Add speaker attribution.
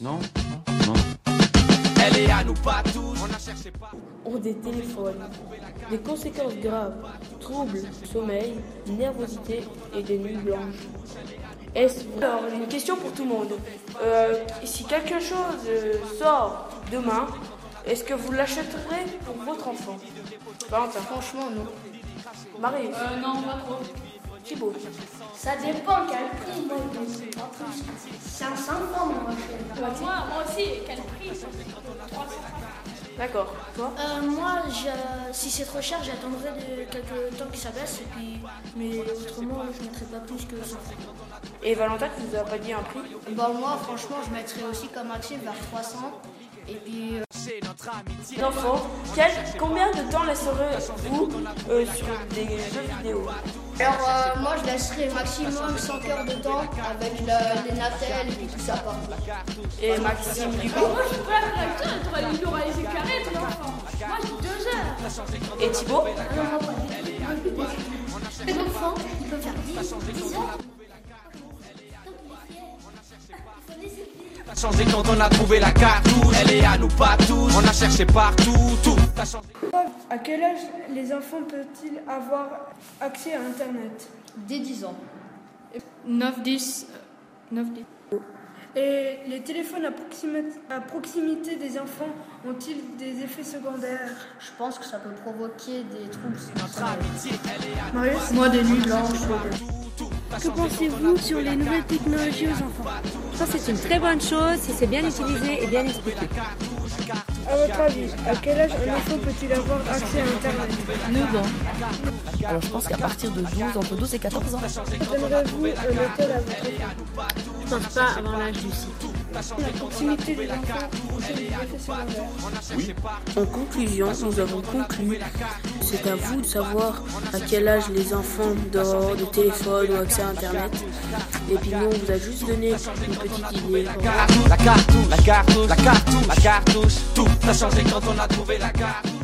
Speaker 1: Non Non.
Speaker 2: Elle est à nous pas tous. On a cherché pas.
Speaker 3: ont des téléphones. Des conséquences graves, troubles, sommeil, nervosité et des nuits blanches. Est-ce vrai
Speaker 4: Alors, j'ai une question pour tout le monde. Euh, si quelque chose euh, sort demain, est-ce que vous l'achèterez pour votre enfant Valentin. Franchement, non. Marie.
Speaker 5: Euh, non, pas trop.
Speaker 4: Thibaut.
Speaker 6: Ça dépend quel prix, moi, je pense. 500 francs, moi, je
Speaker 5: Moi, moi aussi, quel prix 300.
Speaker 4: D'accord. Toi
Speaker 6: euh, Moi, je- si c'est trop cher, j'attendrai de- quelques temps que ça baisse, et puis... mais autrement, je ne mettrai pas plus que 100 francs.
Speaker 4: Et Valentin, tu nous as pas dit un prix
Speaker 7: Bah moi franchement je mettrais aussi comme Maxime vers 300 et puis euh,
Speaker 4: Enfant, quel, combien de temps laisserez-vous euh, sur des jeux vidéo
Speaker 7: alors euh, moi je laisserais maximum 100 heures de temps avec la- les natels et puis tout ça par contre.
Speaker 4: Et Maxime, du coup
Speaker 5: Moi, je peux la réacteur, elle t'aurait dit aura les carrés, ton enfant. Moi, j'ai deux heures.
Speaker 4: Et Thibaut
Speaker 6: Les enfants, ils peuvent faire 10, 10 heures.
Speaker 2: T'as changé quand on a trouvé la cartouche. Elle est à nous pas tous. On a cherché partout. Tout. T'as changé.
Speaker 8: À quel âge les enfants peuvent-ils avoir accès à Internet
Speaker 7: Dès 10 ans. euh,
Speaker 5: 9, 10. 9, 10.
Speaker 8: Et les téléphones à, proximi- à proximité des enfants ont-ils des effets secondaires
Speaker 7: Je pense que ça peut provoquer des troubles.
Speaker 8: Marius
Speaker 7: Moi des nuits blanches.
Speaker 9: Que pensez-vous sur les nouvelles technologies aux enfants Je pense que c'est une très bonne chose si c'est bien utilisé et bien expliqué.
Speaker 8: À votre avis, à quel âge un enfant peut-il avoir accès à Internet
Speaker 10: Alors je pense qu'à partir de 12, entre 12 et 14 ans.
Speaker 8: Donneriez-vous un hôtel à votre enfant
Speaker 9: Je pense pas avant l'âge du 6.
Speaker 8: La proximité des enfants ont-ils des effets secondaires
Speaker 3: En conclusion, nous avons conclu. C'est à vous de savoir à quel âge les enfants doivent avoir de téléphone ou accès à Internet. Et puis nous, on vous a juste donné une petite idée.
Speaker 2: La cartouche. La cartouche. La cartouche. La cartouche. Tout. T'as changé quand on a trouvé la cartouche.